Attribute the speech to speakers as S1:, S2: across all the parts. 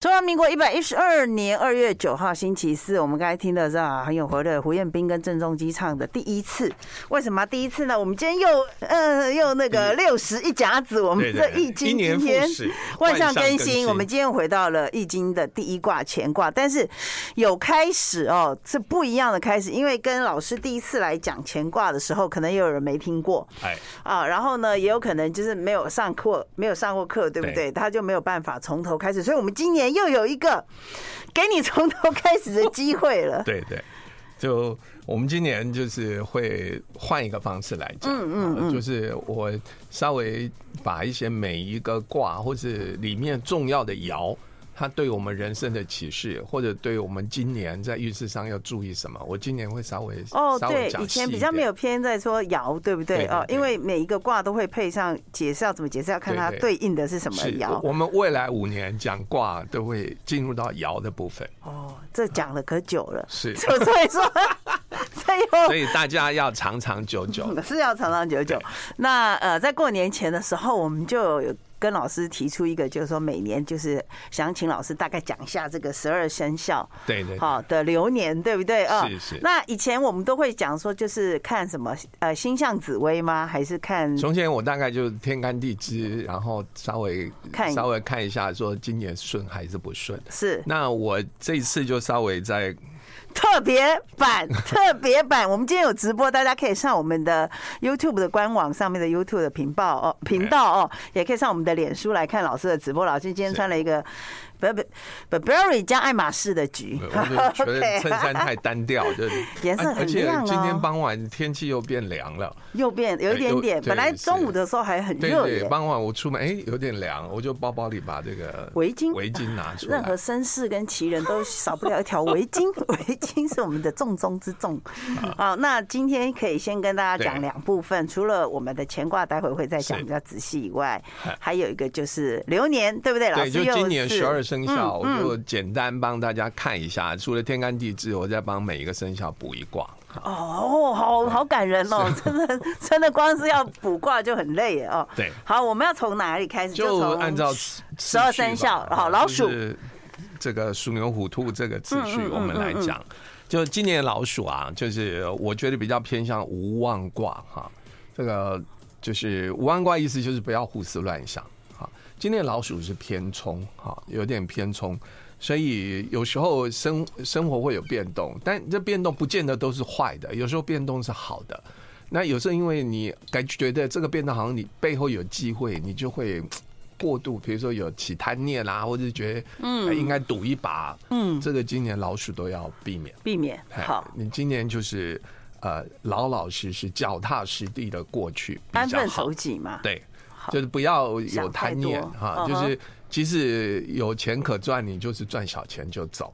S1: 中华民国一百一十二年二月九号星期四，我们刚才听的是啊很有活的胡彦斌跟郑中基唱的《第一次》。为什么第一次呢？我们今天又呃又那
S2: 嗯
S1: 个六十一甲子，我们
S2: 对
S1: 这
S2: 对对
S1: 易经
S2: 一年
S1: 今
S2: 复
S1: 天
S2: 始
S1: 万
S2: 万
S1: 象
S2: 象
S1: 更
S2: 更
S1: 新，
S2: 新
S1: 我们今天回到了易经的第一卦乾卦，但是有开始哦，是不一样的开始，因为跟老师第一次来讲乾卦的时候，可能也有人没听过，
S2: 哎，
S1: 啊，然后呢，也有可能就是没有上课，没有上过课，对不对？
S2: 对
S1: 他就没有办法从头开始，所以我们今年又有一个给你从头开始的机会 了。
S2: 对对，就我们今年就是会换一个方式来讲，嗯嗯就是我稍微把一些每一个卦或是里面重要的爻。它对我们人生的启示，或者对我们今年在运势上要注意什么？我今年会稍微
S1: 哦，
S2: 稍微
S1: 对，
S2: 讲
S1: 以前
S2: 细一
S1: 比较没
S2: 点
S1: 有偏在说爻，对不对？
S2: 对对
S1: 哦，
S2: 对
S1: 因为每一个卦都会配上解释，要怎么解释，要看它
S2: 对
S1: 对
S2: 对
S1: 应的是什么
S2: 是
S1: 爻。
S2: 我们未来五年讲卦都会进入到爻的部分，
S1: 哦，这讲了可久了，
S2: 是
S1: 所 以所以说，所以我
S2: 所以大家要长长久 久。
S1: 是要长长久久
S2: 对。
S1: 那呃，在过年前的时候，我们就有跟老师提出一个，就是说每年就是想请老师大概讲一下这个十二生肖
S2: 对对对
S1: 好的流年，对不对啊？
S2: 是是
S1: 那以前我们都会讲说，就是看什么呃星象紫薇吗？还是看
S2: 从前我大概就是天干地支，然后稍微
S1: 看
S2: 稍微看一下，说今年顺还是不顺。
S1: 是
S2: 那我这一次就稍 微在
S1: 特别版， 特别版。我们今天有直播，大家可以上我们的 YouTube 的官网上面的 YouTube 的频道哦，频道哦，也可以上我们的脸书来看老师的直播。老师今天穿了一个 Burberry Burberry 加爱马仕的橘，
S2: 我就觉得
S1: OK
S2: 衬衫太单调， 就是
S1: 颜色
S2: 而
S1: 很
S2: 而且
S1: 亮哦
S2: 今天傍晚天气又变凉了，
S1: 右边有一点点，
S2: 哎有
S1: 本来
S2: 对是
S1: 中午的时候还很
S2: 对
S1: 热
S2: 对，
S1: 耶。
S2: 傍晚我出门哎有点凉，我就包包里把这个
S1: 围巾
S2: 围巾拿出
S1: 任
S2: 来
S1: 何，绅士跟奇人都少不了一条围巾， 围巾是我们的重中之重。
S2: 嗯
S1: 好，那今天可以先跟大家讲
S2: 对
S1: 两部分，除了我们的乾卦，待会会再讲
S2: 是
S1: 比较仔细以外
S2: 嗨，
S1: 还有一个就是流年，对不对？老
S2: 对，
S1: 师
S2: 就
S1: 又
S2: 今年
S1: 是嗯
S2: 十二生肖，我就简单帮大家看一下，除了天干地支，我再帮每一个生肖补一卦。
S1: 哦，好
S2: 嗯
S1: 好感人哦，真的真的光是要卜卦就很累耶哦。
S2: 对
S1: 好，我们要从哪里开始？
S2: 就
S1: 从
S2: 按照
S1: 十
S2: 十
S1: 二生肖好老鼠
S2: 这个鼠牛虎兔这个次序
S1: 嗯嗯嗯
S2: 我们来讲。就今年老鼠啊，就是我觉得比较偏向无妄卦哈，这个就是无妄卦意思就是不要胡思乱想哈。今年老鼠是偏冲哈，有点偏冲。所以有时候生生活会有变动，但这变动不见得都是坏的，有时候变动是好的。那有时候因为你感觉得这个变动好像你背后有机会，你就会过度，比如说有起贪念啦、或者是觉得嗯应该赌一把，嗯，这个今年老鼠都要避免。
S1: 避免
S2: 哎
S1: 好。
S2: 你今年就是呃老老实实、脚踏实地的过去比
S1: 安
S2: 较
S1: 分
S2: 好
S1: 守。己嘛。
S2: 对，就是不要有
S1: 想太
S2: 贪念
S1: 多
S2: 哈，
S1: 嗯
S2: 就
S1: 哼
S2: 是即使有钱可赚，你就是赚小钱就走。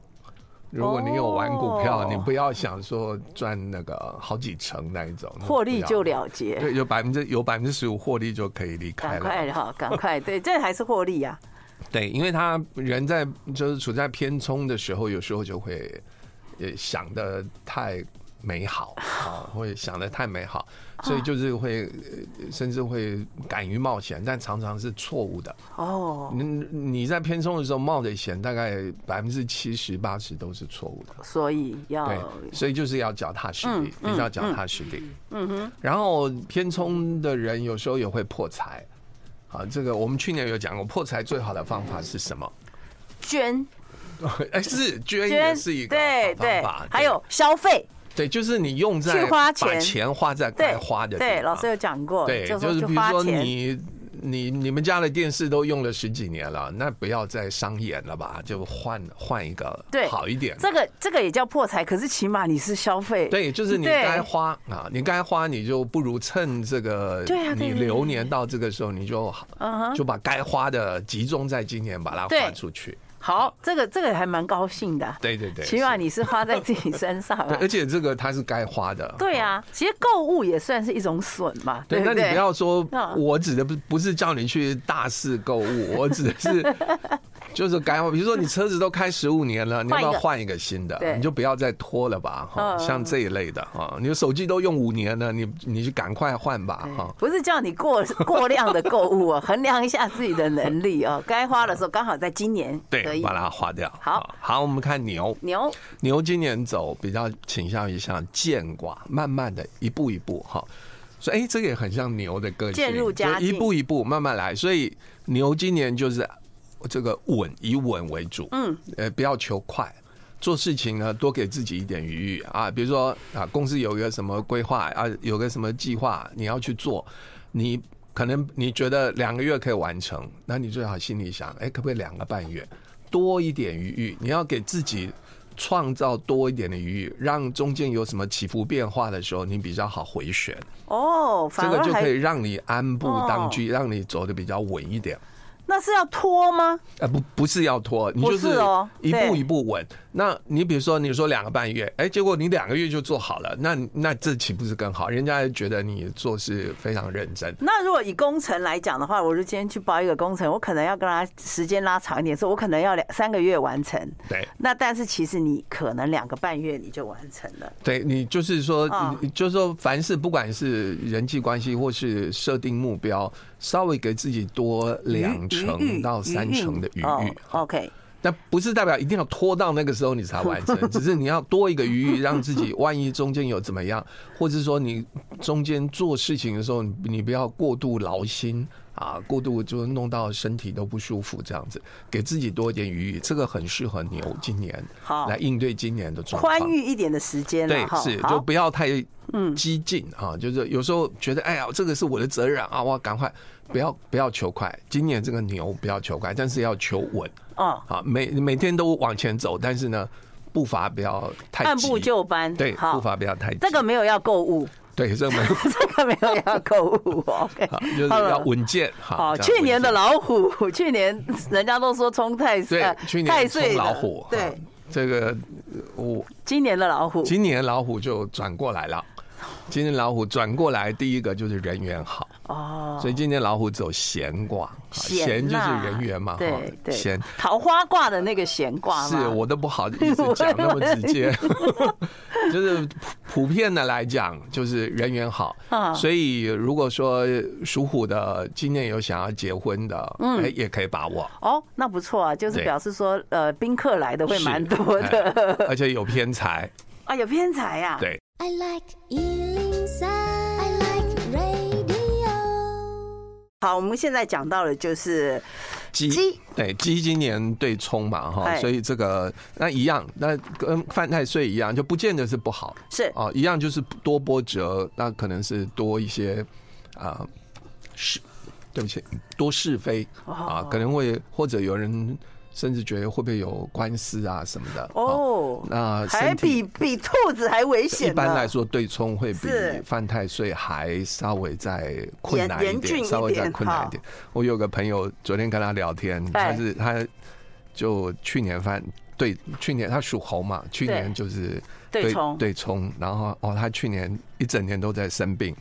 S2: 如果你有玩股票，
S1: 哦
S2: 你不要想说赚那个好几成那一种，那
S1: 获
S2: 不
S1: 利
S2: 要
S1: 就了结。
S2: 对，有百分之有百分之十五获利就可以离开
S1: 赶
S2: 了。
S1: 快哈，赶快，对，这还是获利啊呀、
S2: 对，因为他人在就是处在偏冲的时候，有时候就会也想的太美好啊，会想的太美好，所以就是会呃甚至会敢于冒险，但常常是错误的。
S1: 哦，
S2: 你你在偏冲的时候冒的险，大概百分之七十八十都是错误的。
S1: 所以要
S2: 对，所以就是要脚踏实地，比较脚踏实地。哦嗯哼。然后偏冲的人有时候也会破财。啊，这个我们去年有讲过，破财最好的方法是什么？
S1: 捐
S2: 哎，是捐也
S1: 捐
S2: 是一个
S1: 对
S2: 好
S1: 对
S2: 方法。，
S1: 还有消费，
S2: 对，就是你用在
S1: 去花
S2: 把
S1: 钱
S2: 钱花在
S1: 对
S2: 该花的地
S1: 对，
S2: 方
S1: 老师有讲过，
S2: 对，
S1: 就
S2: 就
S1: 说
S2: 是
S1: 去
S2: 比如
S1: 花
S2: 说
S1: 钱，
S2: 你你你们家的电视都用了十几年了，那不要再伤眼了吧，就换换一个
S1: 对
S2: 好一点的。
S1: 这个这个也叫破财，可是起码你是消费，
S2: 对，就是你
S1: 对
S2: 该花啊，你该花，你就不如趁这个
S1: 对啊对
S2: 你
S1: 对对
S2: 流年到这个时候，你就好
S1: 嗯哼
S2: 就把该花的集中在今年把它
S1: 对
S2: 花出去。
S1: 好，这个这个还蛮高兴的，啊
S2: 对对对，
S1: 起码
S2: 是
S1: 你是花在自己身上
S2: 对，
S1: 了
S2: 而。且这个它是该花的。
S1: 对
S2: 啊。
S1: 啊，其实购物也算是一种损嘛，
S2: 对，
S1: 不
S2: 那
S1: 对？
S2: 你不要说
S1: 嗯，
S2: 我指的不不是叫你去大肆购物，我指的是就是该换。比如说你车子都开十五年了，你要不要换一个新的
S1: 对？
S2: 你就不要再拖了吧，哈，
S1: 嗯
S2: 像这一类的哈，你的手机都用五年了，你你就赶快换吧，哈。
S1: 不是叫你过过量的购物啊， 衡量一下自己的能力啊，该花的时候刚好在今年可
S2: 对，
S1: 以
S2: 把。它花掉。
S1: 好
S2: 啊，好，我们看牛，
S1: 牛
S2: 牛今年走比较倾向于像渐卦，慢慢的一步一步哈。所以，哎，这个也很像牛的个性，
S1: 渐入佳
S2: 就一
S1: 境
S2: 步一步慢慢来。所以牛今年就是这个稳，以稳为主，
S1: 嗯，
S2: 呃，不要求快。做事情呢，多给自己一点余裕啊。比如说啊，公司有一个什么规划啊，有个什么计划，你要去做，你可能你觉得两个月可以完成，那你最好心里想，哎、可不可以两个半月，多一点余裕？你要给自己创造多一点的余裕，让中间有什么起伏变化的时候，你比较好回旋。
S1: 哦，
S2: 这
S1: 反
S2: 个
S1: 而
S2: 就可
S1: 还哦
S2: 以让你按步当居，让你走的比较稳一点。
S1: 那是要拖吗？
S2: 呃，不，不是要拖，你
S1: 不
S2: 就是
S1: 哦
S2: 一步
S1: 对
S2: 一步稳。那你比如说，你说两个半月，哎，结果你两个月就做好了，那那这岂不是更好？人家觉得你做事非常认真。
S1: 那如果以工程来讲的话，我如今天去包一个工程，我可能要跟他时间拉长一点，说我可能要两三个月完成。
S2: 对
S1: 那但是其实你可能两个半月你就完成了。
S2: 对，你就是说，
S1: 嗯
S2: 你就是说，凡事不管是人际关系或是设定目标，稍微给自己多两
S1: 嗯
S2: 成到三成的余
S1: 哦
S2: 裕。
S1: OK，
S2: 但不是代表一定要拖到那个时候你才 完成，只是你要多一个余裕，让自己万一中间有怎么样，或者说你中间做事情的时候，你你不要过度劳心啊，过度就弄到身体都不舒服这样子，给自己多一点余裕，这个很适合牛今年
S1: 好
S2: 来应对今年的状况
S1: 宽。裕一点的时间
S2: 对
S1: 了，哈。
S2: 是就
S1: 好嗯
S2: 不要太激进啊，就是有时候觉得哎呀，这个是我的责任啊，我要赶快不要不要求快。今年这个牛不要求快，但是要求稳。
S1: 哦，
S2: 好，每每天都往前走，但是呢，步伐不要太急
S1: 按部就班。
S2: 对，步
S1: 好，
S2: 伐不要太急
S1: 这个没有要购物，
S2: 对这个没有，
S1: 这个没有要购物。OK，
S2: 好就是
S1: 好了
S2: 要稳健哈。
S1: 哦，
S2: 这样
S1: 去年的
S2: 稳健
S1: 老虎， 去年人家都说冲太呃
S2: 对，去
S1: 太
S2: 年
S1: 岁
S2: 冲
S1: 了
S2: 老虎，哈
S1: 对，
S2: 这个我
S1: 今年的老虎，
S2: 今年老虎就转过来了。今年老虎转过来，第一个就是人缘好，
S1: 哦，
S2: 所以今年老虎走闲卦，哈闲就是
S1: 呐
S2: 人缘嘛，哈
S1: 对对，
S2: 闲
S1: 桃花卦的那个闲卦嘛
S2: 是我都不好意思讲那么直 接， 就是普普遍的来讲，就是人缘好
S1: 啊。
S2: 所以如果说属虎的今年有想要结婚的，嗯，也可以 把握，
S1: 哦，那不错啊，就是
S2: 对
S1: 表示说，呃，宾客来的会
S2: 是
S1: 蛮多的
S2: 而且有偏财，
S1: 啊，有偏财呀，
S2: 对。
S3: I like Ealing Sound. I like radio.
S1: 好，我们现在讲到了就是
S2: 鸡
S1: 鸡
S2: 对鸡今年对冲嘛哈，
S1: 哎
S2: 所以这个那一样，那跟犯太岁一样，就不见得是不好
S1: 是
S2: 哦，一样就是多波折，那可能是多一些啊、是，对不起，多是非
S1: 哦
S2: 啊，可能会或者有人甚至觉得会不会有官司啊什么的
S1: 哦，
S2: 那
S1: 还
S2: 身
S1: 比
S2: 体
S1: 比兔子还危险
S2: 一
S1: 呢。
S2: 般来说，对冲会比
S1: 是
S2: 犯太岁还稍微再困难
S1: 严
S2: 一
S1: 严峻一
S2: 点，
S1: 点
S2: 稍微再困难一点。我有个朋友昨天跟他聊天，
S1: 哎
S2: 他是他就去年犯对去年他属猴嘛，去年就是
S1: 对冲
S2: 对冲，然后哦，他去年一整年都在生病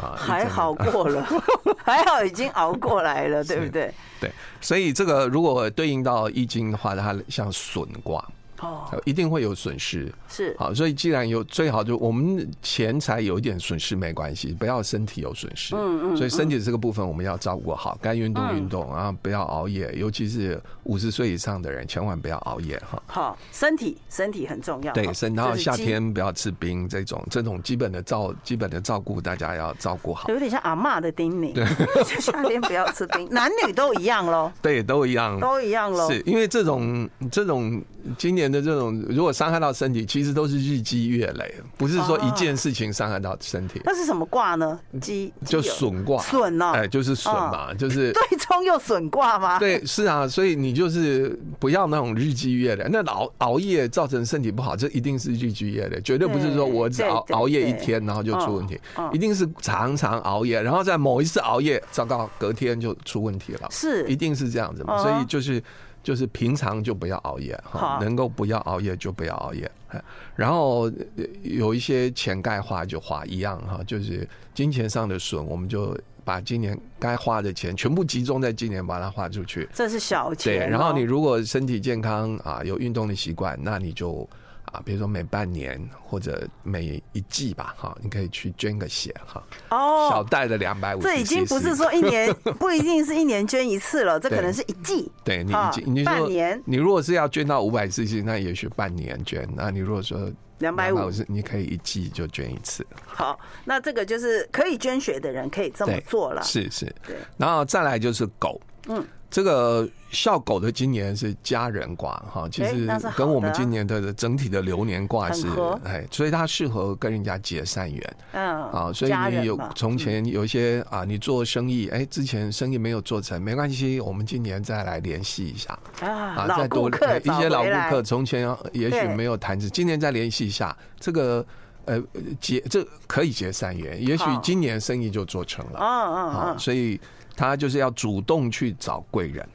S2: 啊，一
S1: 还
S2: 整
S1: 好过 了， 还好已经熬过来了，对不对？
S2: 对，所以这个如果对应到易经的话，它像损卦，
S1: 哦，
S2: 一定会有损失。
S1: 是
S2: 好，所以既然有最好就我们钱财有一点损失没关系，不要身体有损失。嗯嗯。所以身体这个部分我们要照顾好，该运动运动啊，不要熬夜，尤其是五十岁以上的人，千万不要熬夜哈。
S1: 好，身体身体很重要。
S2: 对
S1: 好，
S2: 身然后
S1: 这是
S2: 夏
S1: 鸡
S2: 天不要吃冰，这种这种基本的照基本的照顾，大家要照顾好。
S1: 有点像阿嬷的叮咛， 就夏天不要吃冰，男女都一样喽，
S2: 对，都一 样。
S1: 都一样喽。
S2: 是因为这种这种今年的这种，如果伤害到身体，其实都是日积月累，不是说一件事情伤害到身体，
S1: 那是什么卦呢？鸡
S2: 嗯就
S1: 鸡有
S2: 损卦，
S1: 损哦
S2: 哎，就是损嘛，就是
S1: 对冲又损卦吗？，
S2: 对，是啊，所以你就是不要那种日积月累，那熬熬夜造成身体不好，这一定是日积月累，绝对不是说
S1: 对
S2: 我只
S1: 对
S2: 熬
S1: 对
S2: 熬夜
S1: 对
S2: 一天然后就出问题
S1: 嗯，嗯
S2: 一定是常常熬夜，然后在某一次熬夜，糟糕，隔天就出问题了，
S1: 是
S2: 一定是这样子嘛，
S1: 嗯
S2: 所以就是。就是平常就不要熬夜哈
S1: 好，
S2: 啊能够不要熬夜就不要熬夜。哎然后呃有一些钱该花就花，一样哈，就是金钱上的损，我们就把今年该花的钱全部集中在今年把它花出去。
S1: 这是小
S2: 对，
S1: 钱哦。
S2: 然后你如果身体健康啊，有运动的习惯，那你就啊，比如说每半年或者每一季吧，哈，你可以去捐个血哈，小
S1: 哦，
S2: 袋的两百五，
S1: 这已经不是说一 年，不一定是一年捐一次了，这可能是一季。
S2: 对你
S1: 啊
S2: 已经，你就
S1: 半
S2: 说
S1: 年
S2: 你如果是要捐到五百 cc，那也许半年捐，那你如果说
S1: 250
S2: 是你可以一季就捐一次，
S1: 好，那这个就是可以捐血的人可以这么
S2: 对
S1: 做了。
S2: 是是
S1: 对，
S2: 然后再来就是狗，
S1: 嗯，
S2: 这个笑狗的今年是家人卦哈，其
S1: 哎
S2: 实
S1: 那是好
S2: 跟我们
S1: 的
S2: 今年的整体的流年卦是
S1: 很合
S2: 哎，所以它适合跟人家结善缘
S1: 嗯
S2: 啊，所以
S1: 家人
S2: 你有
S1: 嘛嗯
S2: 从前有一些啊，你做生意哎，之前生意没有做成，没关系，我们今年再来联系一下，
S1: 啊，
S2: 啊，
S1: 老
S2: 再
S1: 顾
S2: 多
S1: 客
S2: 一些老
S1: 找回来
S2: 顾客，从前啊也许
S1: 对
S2: 没有谈资，今年再联系一下这个。呃，结这可以结善缘，也许
S1: 好
S2: 今年生意就做成了
S1: 嗯。嗯
S2: 啊，
S1: 嗯，
S2: 所以他就是要主动去找贵人，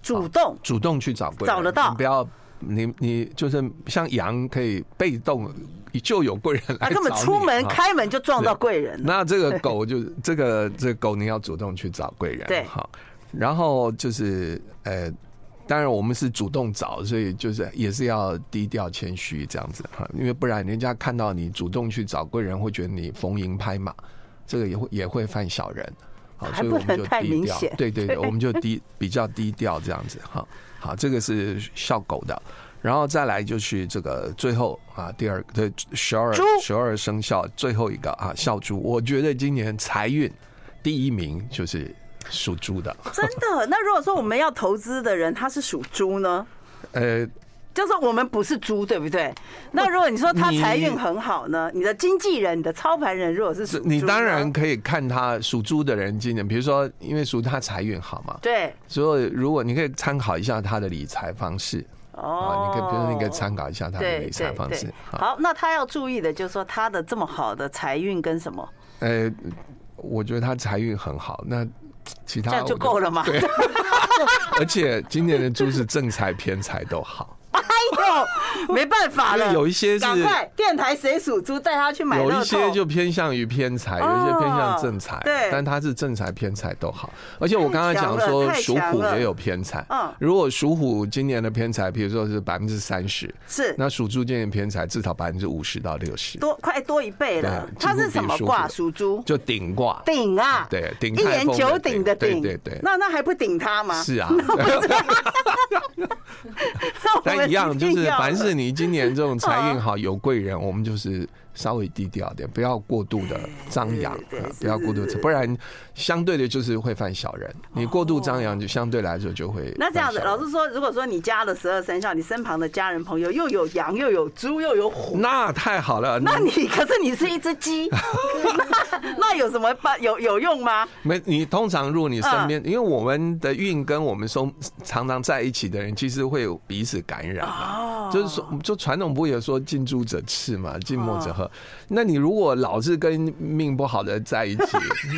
S1: 主动
S2: 主动去找贵人，
S1: 找得到
S2: 你不要你你就是像羊可以被动，就有贵人
S1: 啊，
S2: 来
S1: 根本
S2: 找
S1: 出
S2: 你
S1: 门
S2: 啊
S1: 开门就撞到贵人了。
S2: 那这 个狗就是这个这个狗，你要主动去找贵人，
S1: 对
S2: 好。然后就是呃，当然我们是主动找，所以就是也是要低调谦虚这样子哈，因为不然人家看到你主动去找贵人，会觉得你逢迎拍马，这个也会也会犯小人。好，
S1: 还
S2: 所以
S1: 不
S2: 我们
S1: 能
S2: 就
S1: 太
S2: 低
S1: 明
S2: 调
S1: 显，
S2: 对对对，我们就低比较低调这样子哈。好，这个是笑狗的，然后再来就是这个最后啊，第二对十二
S1: 猪
S2: 十二生肖最后一个啊，笑猪。我觉得今年财运第一名就是属猪的，
S1: 真的？那如果说我们要投资的人他是属猪呢？
S2: 呃，
S1: 就说我们不是猪，对不对？那如果你说他财运很好呢？你的经纪人、你的操盘人如果是属猪呢，
S2: 你当然可以看他属猪的人今年，比如说因为属他财运好嘛，
S1: 对
S2: 所以如果你可以参考一下他的理财方式啊，
S1: 哦。
S2: 你可以比如说你可以参考一下他的
S1: 对
S2: 理
S1: 对
S2: 财方式啊
S1: 对，。好，那他要注意的就是说他的这么好的财运跟什么，
S2: 呃，我觉得他财运很好，那其
S1: 这
S2: 他
S1: 样就
S2: 我
S1: 够了嘛？哎呦，
S2: 而且今年的猪是正财偏财都好，
S1: 没办法
S2: 因
S1: 了，
S2: 为有一些是
S1: 赶快电台谁属猪带他去 买乐
S2: 有
S1: 透，
S2: 一些就偏向于偏财，有一些偏向正财
S1: 哦，对
S2: 但它是正财偏财都好。而且我刚刚
S1: 太强
S2: 讲
S1: 了
S2: 说
S1: 太
S2: 属
S1: 强
S2: 虎
S1: 了
S2: 也有偏财，
S1: 嗯
S2: 如果属虎今年的偏财，比如说是百分之三十，
S1: 是
S2: 那属猪今年偏财至少百分之五十到六十，
S1: 多快多一倍了
S2: 对。
S1: 他是什么卦？
S2: 几乎
S1: 属猪，
S2: 就顶卦，
S1: 顶啊，
S2: 对顶
S1: 一
S2: 泰
S1: 言
S2: 丰
S1: 九
S2: 的
S1: 鼎的
S2: 顶
S1: 鼎，
S2: 对对对
S1: 那那还不顶他吗？
S2: 是啊。
S1: 那 我
S2: 但
S1: 们
S2: 一样就
S1: 定
S2: 是，
S1: 要
S2: 凡是你今年这种财运好、有贵人，我们就是稍微低调点，不要过度的张扬，
S1: 对对
S2: 啊
S1: 是
S2: 不要过度
S1: 是，
S2: 不然相对的就是会犯小人。你过度张扬，就相对来说就会
S1: 哦那这样子，
S2: 犯小人
S1: 老师说，如果说你家的十二生肖，你身旁的家人朋友又有羊又有猪又有虎，
S2: 那太好 了，
S1: 那你可是你是一只 鸡，那那有什么办有有用吗？
S2: 没，你通常如果你身
S1: 嗯
S2: 边，因为我们的运跟我们收常常在一起的人，其实会有彼此感染
S1: 哦
S2: 嘛。就是说，就传统不也说近朱者赤嘛，近墨者黑。那你如果老是跟命不好的在一 起，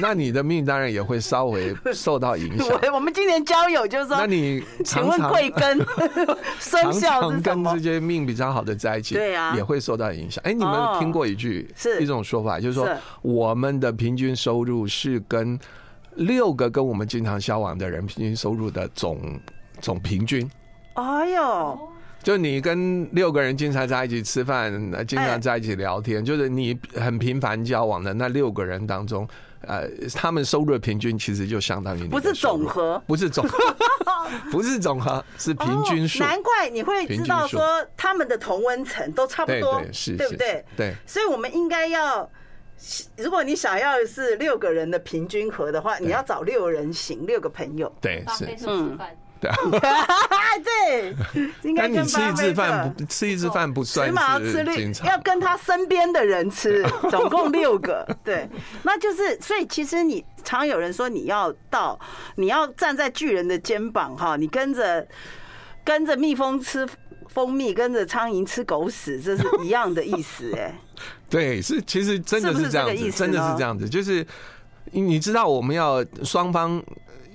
S2: 那你的命当然也会稍微受到影响。
S1: 我我们今年交友就是
S2: 那
S1: 说，
S2: 你
S1: 请
S2: 常
S1: 问
S2: 常
S1: 贵庚 生
S2: 常
S1: 肖
S2: 常
S1: 是什
S2: 跟
S1: 么
S2: 这？些命比较好的在一起，
S1: 对啊
S2: 也会受到影响。哎，你
S1: 哦
S2: 们听过一句
S1: 是
S2: 一种说法，就是说
S1: 是
S2: 我们的平均收入是跟六个跟我们经常交往的人平均收入的总总平均。
S1: 哎呦，
S2: 就你跟六个人经常在一起吃饭，呃经
S1: 哎
S2: 常在一起聊天，就是你很频繁交往的那六个人当中，呃，他们收入的平均其实就相当于你
S1: 不
S2: 的
S1: 是
S2: 收入
S1: 总和
S2: 不是总，不是总和，是平均数
S1: 哦。难怪你会知道
S2: 平均数
S1: 说他们的同温层都差不
S2: 对
S1: 多，
S2: 对是，
S1: 对不
S2: 是
S1: 对？
S2: 对。
S1: 所以我们应该要，如果你想要是六个人的平均和的话，你要找六人行，六个朋友。
S2: 对，
S4: 巴
S2: 是
S4: 菲，特吃饭，
S2: 对啊。
S1: 哎对，应 该
S2: 但你
S1: 跟
S2: 吃
S1: 巴
S2: 一
S1: 菲
S2: 次
S1: 特
S2: 饭，不吃一次饭不算
S1: 起码要吃
S2: 是
S1: 绿
S2: 经，常
S1: 要跟他身边的人 吃，总共六个。对，那就是所以其实你常有人说你要到，你要站在巨人的肩膀哈，你跟着跟着蜜蜂吃。蜂蜜跟着苍蝇吃狗屎，这是一样的意思哎、
S2: 对，是其实真的
S1: 是不是
S2: 这样
S1: 这个意
S2: 子，
S1: 思
S2: 真的
S1: 呢
S2: 是这样子，就是你你知道我们要双方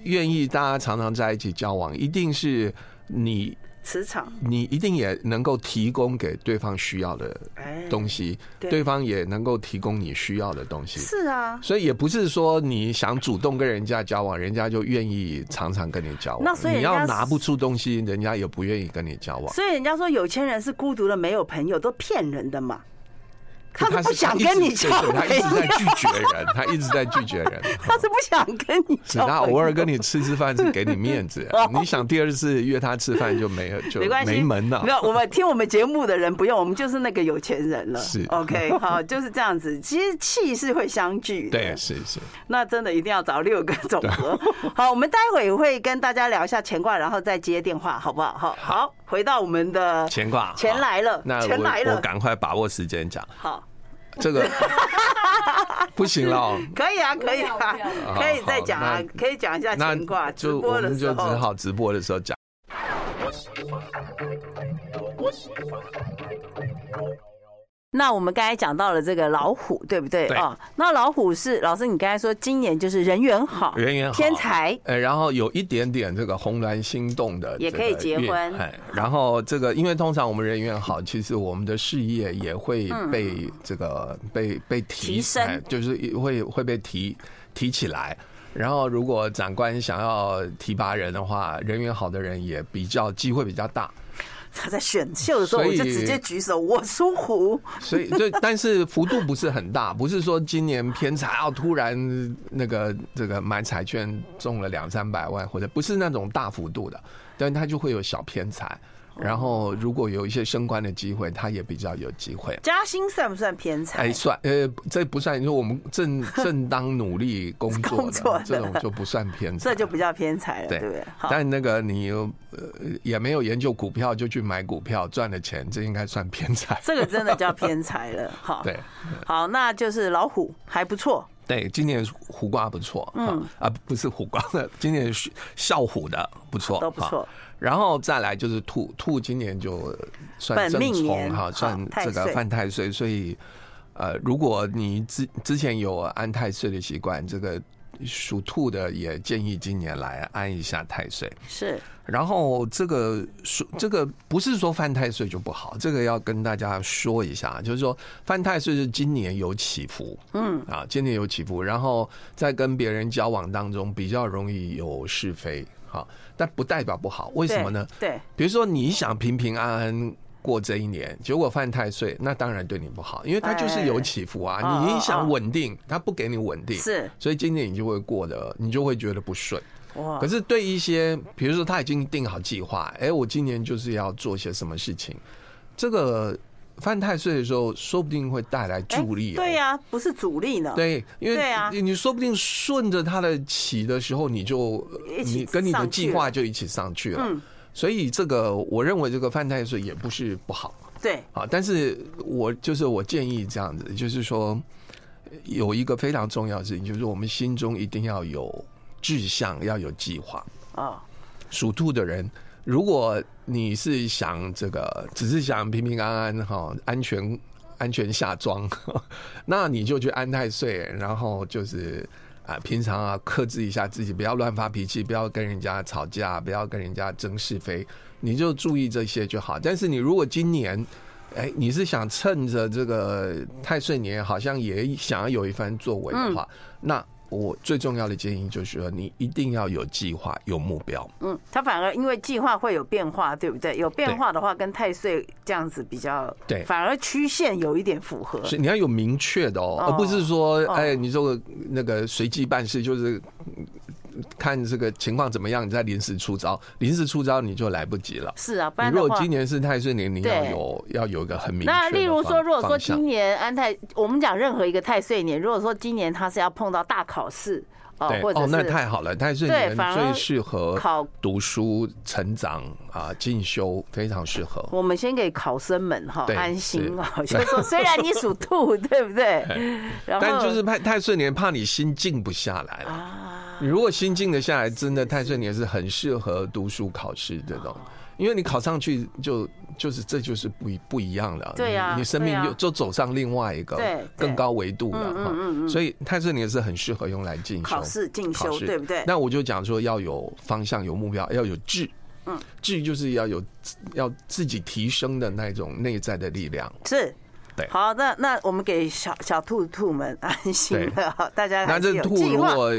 S2: 愿意大家常常在一起交往，一定是你
S1: 磁 场，
S2: 你一定也能够提供给对方需要的
S1: 哎，
S2: 东西，
S1: 对
S2: 对方也能够提供你需要的东西。
S1: 是啊。
S2: 所以也不是说你想主动跟人家交往，人家就愿意常常跟你交往。
S1: 那所以
S2: 你
S1: 人家
S2: 要
S1: 是
S2: 拿不出东西，人家也不愿意跟你交往。
S1: 所以人家说有钱人是孤独的，没有朋友，都骗人的嘛。他
S2: 是
S1: 是不想
S2: 一直
S1: 跟你
S2: 对
S1: 交
S2: 对
S1: 朋
S2: 他一直在
S1: 友，
S2: 拒绝人，他一直在拒绝人。
S1: 他是不想跟你
S2: 是
S1: 交
S2: 他
S1: 朋友。
S2: 偶尔跟你吃吃饭是给你面子，啊 你想第二次约他吃饭就没有就
S1: 没关系，
S2: 没门啊了、
S1: 没有，我们听我们节目的人不用，我们就是那个有钱人了。
S2: 是
S1: OK，好，就是这样子。其实气是会相聚的。
S2: 对，是是，
S1: 那真的一定要找六个总和。 好，我们待会会跟大家聊一下乾卦，然后再接电话，好不好？好，好，回到我们的
S2: 乾卦
S1: 钱来了，
S2: 那
S1: 钱来
S2: 我我
S1: 了，
S2: 赶快把握时间讲
S1: 好，
S2: 这个不行了，哦
S1: 可以啊，可以啊
S4: 不要不，
S1: 可以再
S2: 好
S1: 讲啊
S2: 那，
S1: 可以讲一下
S2: 那
S1: 乾卦。直
S2: 就我
S1: 播的
S2: 们
S1: 时
S2: 就只
S1: 候，
S2: 好直播的时候讲。
S1: 那我们刚才讲到了这个老虎，对不对
S2: 对
S1: 啊？那老虎是老师，你刚才说今年就是人缘好，
S2: 人缘好
S1: 天才，
S2: 呃，然后有一点点这个怦然心动的这个
S1: 也
S2: 运，
S1: 可以结婚
S2: 哎，然后这个因为通常我们人缘好，其实我们的事业也会被这个被被
S1: 嗯
S2: 提
S1: 提升
S2: 哎就是会会被提提起来。然后如果长官想要提拔人的话，人缘好的人也比较机会比较大。
S1: 他在选秀的时候，
S2: 所
S1: 我
S2: 以
S1: 就直接举手，我属虎，
S2: 所以就但是幅度不是很大，不是说今年偏财啊，突然那个这个买彩券中了两三百万，或者不是那种大幅度的，但它就会有小偏财。然后如果有一些升官的机会，它也比较有机会。
S1: 嘉兴算不算偏财？
S2: 哎，算呃，这不算，因为我们正正当努力工作
S1: 工作
S2: 的
S1: 的
S2: 这种就不算偏财，
S1: 这就比较偏财了，对
S2: 对
S1: 不对？好，
S2: 但那个你又呃也没有研究股票就去买股票赚了钱，这应该算偏财。
S1: 这个真的叫偏财 了，好，
S2: 对，
S1: 好，那就是老虎还不错，
S2: 对，今年胡瓜不错，嗯啊，不是胡瓜，今年是笑虎的不错，
S1: 都不错
S2: 哈。然后再来就是兔，兔今年就算
S1: 本
S2: 正
S1: 命
S2: 冲
S1: 年
S2: 哈，
S1: 好
S2: 算
S1: 太
S2: 这个
S1: 岁
S2: 犯太岁，所以呃，如果你之之前有安太岁的习惯，这个属兔的也建议今年来安一下太岁。
S1: 是
S2: 然后这个说这个不是说犯太岁就不好，这个要跟大家说一下，就是说犯太岁是今年有起伏，嗯啊，今年有起伏，然后在跟别人交往当中比较容易有是非，好，但不代表不好，为
S1: 对
S2: 什么呢？
S1: 对，
S2: 比如说你想平平安安。过这一年，结果犯太岁，那当然对你不好，因为它就是有起伏啊。
S1: 哎
S2: 你
S1: 哦
S2: 你
S1: 哦
S2: 想
S1: 哦
S2: 稳定，它不给你稳定，
S1: 是
S2: 所以今年你就会过得，你就会觉得不顺。
S1: 哇
S2: 可，是对一些，比如说他已经定好计划，哎、我今年就是要做些什么事情，这个犯太岁的时候，说不定会带来
S1: 哎
S2: 助力、哦
S1: 对、呀，不是阻力呢，，
S2: 对，因为
S1: 对啊
S2: 你你说不定顺着他的起的时候，你就呃
S1: 一起
S2: 你跟你的
S1: 上去嗯
S2: 计划就一起上去了。所以这个，我认为这个犯太岁也不是不好。
S1: 对，
S2: 啊，但是我就是我建议这样子，就是说有一个非常重要的事情，就是我们心中一定要有志向，要有计划。
S1: 哦，
S2: 属兔的人，如果你是想这个，只是想平平安安哈，安全安全下庄， 那你就去安太岁，然后就是啊，平常啊，克制一下自己，不要乱发脾气，不要跟人家吵架，不要跟人家争是非，你就注意这些就好。但是你如果今年，哎，你是想趁着这个太岁年，好像也想要有一番作为的话，那我最重要的建议就是说，你一定要有计划，有目标。
S1: 嗯，他反而因为计划会有变化，对不对？有变化的话，跟太岁这样子比较，
S2: 对
S1: 反而曲线有一点符合，
S2: 是你要有明确的哦，
S1: 嗯哦
S2: 而不是说
S1: 哦
S2: 哎，你这个那个随机办事，就是嗯看这个情况怎么样，你再临时出招，临时出招你就来不及了。
S1: 是啊，不
S2: 你
S1: 然
S2: 如
S1: 的
S2: 果
S1: 话。
S2: 今年是太岁年，你要
S1: 对
S2: 有要有一个很明确的
S1: 那
S2: 方。
S1: 例如说，如果说
S2: 方向
S1: 今年安泰，我们讲任何一个太岁年，如果说今年他是要碰到大考试，哦
S2: 对，
S1: 或者
S2: 哦，那
S1: 是
S2: 太好了，太岁
S1: 对
S2: 年
S1: 反而
S2: 最适合
S1: 考
S2: 读书、成长啊、进修，非常适合。
S1: 我们先给考生们哈
S2: 对
S1: 安心啊，
S2: 是
S1: 就说虽然你属兔， 对不对？然后
S2: 但就是太太岁年，怕你心静不下来了。
S1: 啊，
S2: 你如果心静得下来，真的太岁年是很适合读书考试这种，因为你考上去就就是这就是不一不一样了。
S1: 对呀
S2: 你你生命
S1: 对呀
S2: 又就走上另外一个
S1: 对
S2: 更
S1: 对
S2: 高维度了
S1: 嗯
S2: 哈
S1: 嗯嗯。嗯
S2: 所以泰森年是很适合用来进修
S1: 考试进修
S2: 考试
S1: 对不对
S2: 那我就讲说要有方向、有目标，要有志。
S1: 嗯，
S2: 志就是要有要自己提升的那种内在的力量。
S1: 是。
S2: 对
S1: 好，那那我们给小小兔兔们安心了，大家
S2: 那
S1: 还
S2: 这
S1: 是有
S2: 兔
S1: 计
S2: 如
S1: 划。
S2: 果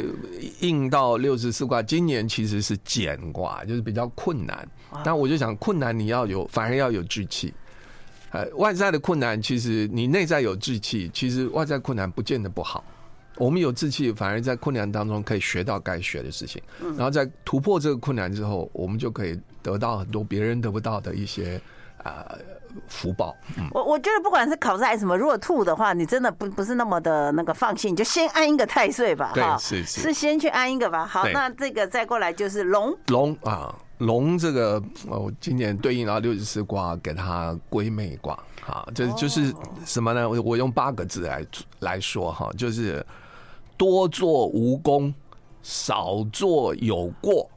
S2: 硬到六十四卦，今年其实是简卦，就是比较困难。那我就想，困难你要有，反而要有志气。呃，外在的困难，其实你内在有志气，其实外在困难不见得不好。我们有志气，反而在困难当中可以学到该学的事情，
S1: 嗯
S2: 然后在突破这个困难之后，我们就可以得到很多别人得不到的一些啊、呃福报。嗯，
S1: 我我觉得不管是考试还是什么，如果吐的话，你真的不不是那么的那个放心，你就先安一个太岁吧，
S2: 对
S1: 哈，
S2: 是是
S1: 先去安一个吧。好，
S2: 对
S1: 那这个再过来就是龙，
S2: 龙啊，龙这个呃我今年对应到六十四卦，给它归妹卦啊，这
S1: 哦
S2: 就是什么呢？我我用八个字来来说哈，就是多做无功，少做有过。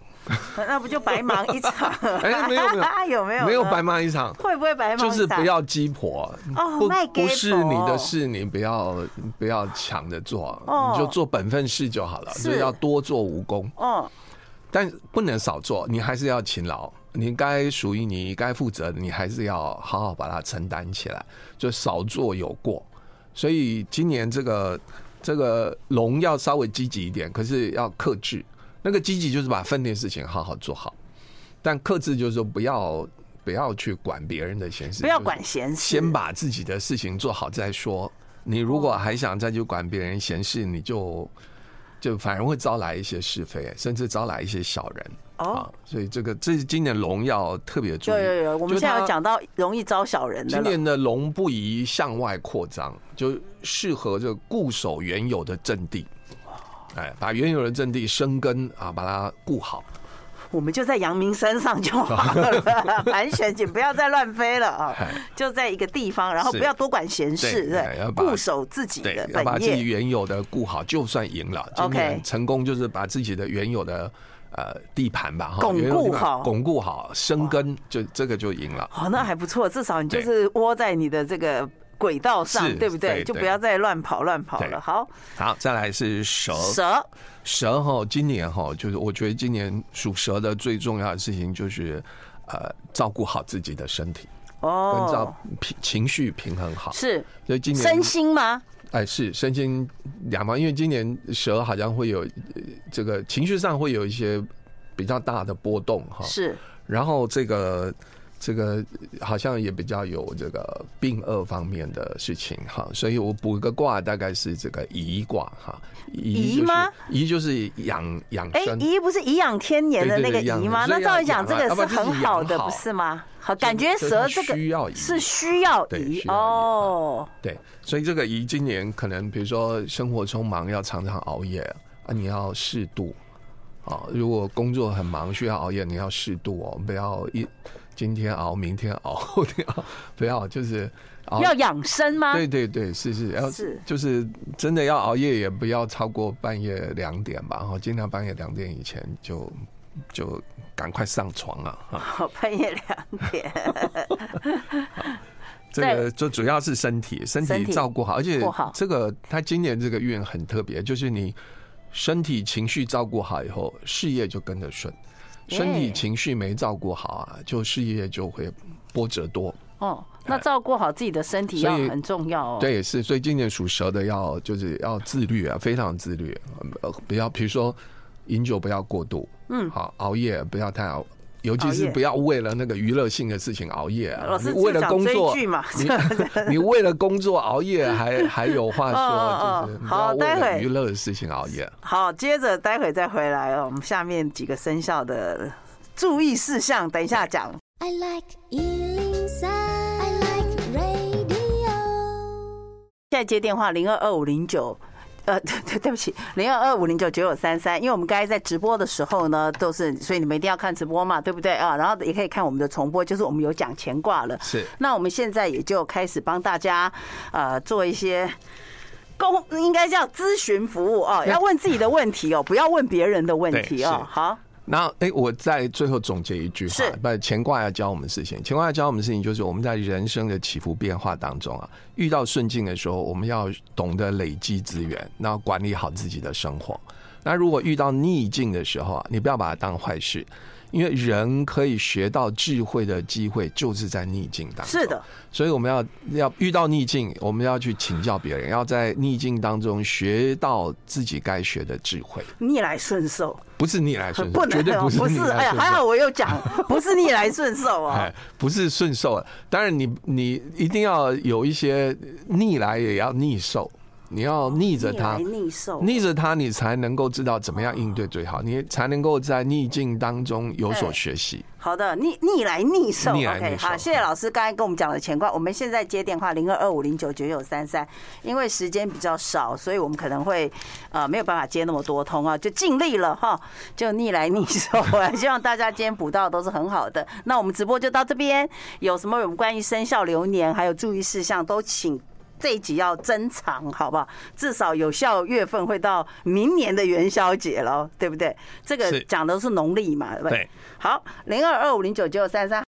S1: 那不就白忙一场？
S2: 哎，没有没有
S1: 有没有
S2: 没有
S1: 呢
S2: 白忙一场。
S1: 会不会白忙
S2: 就
S1: 一场？
S2: 是不要鸡婆，
S1: 哦
S2: 不
S1: 卖
S2: 不
S1: 给
S2: 是
S1: 狗
S2: 你的事，你不要不要抢着做，
S1: 哦
S2: 你就做本分事就好了，
S1: 是
S2: 就是要多做无功。
S1: 哦，
S2: 但不能少做，你还是要勤劳。你该属于你该负责的，你还是要好好把它承担起来，就少做有过。所以今年这个这个龙要稍微积极一点，可是要克制。那个积极就是把分内事情好好做好，但克制就是说不要不要去管别人的闲事，
S1: 不要
S2: 就是
S1: 管闲事，
S2: 先把自己的事情做好再说。你如果还想再去管别人闲事，你就就反而会招来一些是非，甚至招来一些小人。
S1: 哦
S2: 啊，所以这个这是今年龙要特别注意。
S1: 有有有，我们
S2: 就
S1: 现在有
S2: 它
S1: 讲到容易招小人的
S2: 今
S1: 了。
S2: 年的龙不宜向外扩张，就适合这个固守原有的阵地。哎，把原有的阵地生根啊，把它固好。
S1: 我们就在阳明山上就 好了，盘旋紧，不要再乱飞了啊
S2: 嗨！
S1: 就在一个地方，然后
S2: 是
S1: 不要多管闲事，
S2: 对对要
S1: 对，
S2: 把
S1: 固守自己
S2: 对
S1: 的，
S2: 要把
S1: 本
S2: 自己
S1: 业。
S2: 原有的顾好，就算赢了。今
S1: OK
S2: 年成功就是把自己的原有的呃地盘吧，哈
S1: 巩固
S2: 原有地盘
S1: 好
S2: 巩固好，生根就这个就赢了。
S1: 哦，那还不
S2: 嗯
S1: 错，至少你就是窝在你的这个轨道上
S2: 是，
S1: 对不对？
S2: 对
S1: 就不
S2: 对
S1: 要再乱跑乱跑了。
S2: 对
S1: 好，
S2: 好，再来是蛇，
S1: 蛇
S2: 蛇哈，今年哈，就是我觉得今年属蛇的最重要的事情就是呃照顾好自己的身体，跟照
S1: 哦，
S2: 平情绪平衡好。
S1: 是
S2: 所以今年
S1: 身心吗？
S2: 哎，是身心两方，因为今年蛇好像会有呃这个情绪上会有一些比较大的波动哈，
S1: 是
S2: 然后这个这个好像也比较有这个病恶方面的事情哈，所以我补一个卦，大概是这个颐卦哈，
S1: 颐
S2: 颐就是
S1: 吗
S2: 颐就是养养
S1: 哎，
S2: 生，
S1: 颐不是颐养天年的
S2: 对
S1: 那
S2: 对
S1: 个
S2: 对养
S1: 颐吗？
S2: 所
S1: 那
S2: 以
S1: 照
S2: 要
S1: 理讲，
S2: 养
S1: 这
S2: 啊
S1: 个
S2: 要
S1: 是
S2: 把自己
S1: 很
S2: 养
S1: 好的，
S2: 好
S1: 不是吗？好，
S2: 以
S1: 感觉
S2: 所以
S1: 蛇
S2: 它
S1: 这个
S2: 需要颐
S1: 是需要
S2: 对
S1: 颐
S2: 需要颐
S1: 哦。
S2: 对，所以这个颐今年可能比如说生活匆忙，要常常熬夜啊，你要适度。啊，如果工作很忙需要熬夜，你要适度哦，不要一今天熬，明天熬， 后天熬，不要就是熬
S1: 要养生吗？
S2: 对对对，是是，要
S1: 啊是
S2: 就是真的要熬夜，也不要超过半夜两点吧，哈，尽量半夜两点以前就就赶快上床啊，哈，
S1: 好，半夜两 点
S2: 这个就主要是身体，身
S1: 身
S2: 体
S1: 体
S2: 照顾好，而且
S1: 顾好
S2: 这个他今年这个运很特别，就是你身体情绪照顾好以后，事业就跟着顺，身体
S1: 耶
S2: 情绪没照顾好啊，就事业就会波折多，
S1: 哦。那照顾好自己的身体
S2: 所
S1: 要
S2: 以
S1: 很重要哦。
S2: 对，也是，所以今年属蛇的要就是要自律啊，非常自律，呃，不要比如说饮酒不要过度，嗯，好，熬夜不要太熬。尤其
S1: 熬
S2: 是
S1: 夜
S2: 不要为了那个娱乐性的事情熬夜啊！
S1: 老师
S2: 你为
S1: 就
S2: 了
S1: 讲
S2: 工
S1: 追
S2: 作
S1: 剧嘛
S2: 你你 为了工作熬夜还还有 话
S1: 哦哦
S2: 说，就是
S1: 哦
S2: 不
S1: 好
S2: 要为
S1: 待
S2: 了
S1: 会
S2: 娱乐的事情熬夜。
S1: 好，接着待会再回来哦。我们下面几个生肖的注意事项，等一下讲。
S3: I like Ealing Sound. I like radio.
S1: 现在接电话零二二五零九。呃， 对对，对不起，零二二五零九九九三三，因为我们刚才在直播的时候呢，都是，所以你们一定要看直播嘛，对不对啊？然后也可以看我们的重播，就是我们有讲乾卦了。
S2: 是
S1: 那我们现在也就开始帮大家呃做一些公，应该叫咨询服务哦，要问自己的问题哦，不要问别人的问题
S2: 对是
S1: 哦。好，
S2: 那哎，我再最后总结一句哈
S1: 是，
S2: 不，乾卦要教我们的事情，乾卦要教我们的事情就是我们在人生的起伏变化当中啊，遇到顺境的时候，我们要懂得累积资源，然后管理好自己的生活。那如果遇到逆境的时候啊，你不要把它当坏事，因为人可以学到智慧的机会就是在逆境当中。
S1: 是的，
S2: 所以我们要要遇到逆境，我们要去请教别人，要在逆境当中学到自己该学的智慧，
S1: 逆来顺受，
S2: 不是逆来顺受，
S1: 不
S2: 绝
S1: 能
S2: 对
S1: 哦
S2: 不是
S1: 不
S2: 逆
S1: 是，哎
S2: 来
S1: 呀，
S2: 顺
S1: 还好
S2: 受。
S1: 我又讲，不是逆来顺受哦
S2: 哎。，不是顺受，当然你你一定要有一些逆来，也要逆受，你要逆着它，
S1: 逆来逆受，哦
S2: 逆着它，你才能够知道怎么样应对最好，你才能够在逆境当中有所学习。
S1: 好的，逆逆来逆受
S2: 逆来
S1: o k
S2: 逆受
S1: 好，谢谢老师刚才跟我们讲的乾卦，我们现在接电话零二二五零九九九三三，因为时间比较少，所以我们可能会呃没有办法接那么多通啊，就尽力了哈，就逆来逆受 啊，希望大家今天补到都是很好的。那我们直播就到这边，有什么有关于生肖流年还有注意事项都请。这一集要珍藏，好不好？至少有效月份会到明年的元宵节喽，对不对？这个
S2: 是
S1: 讲的是农历嘛，对不对
S2: 对
S1: 好，零二二五零九九三三。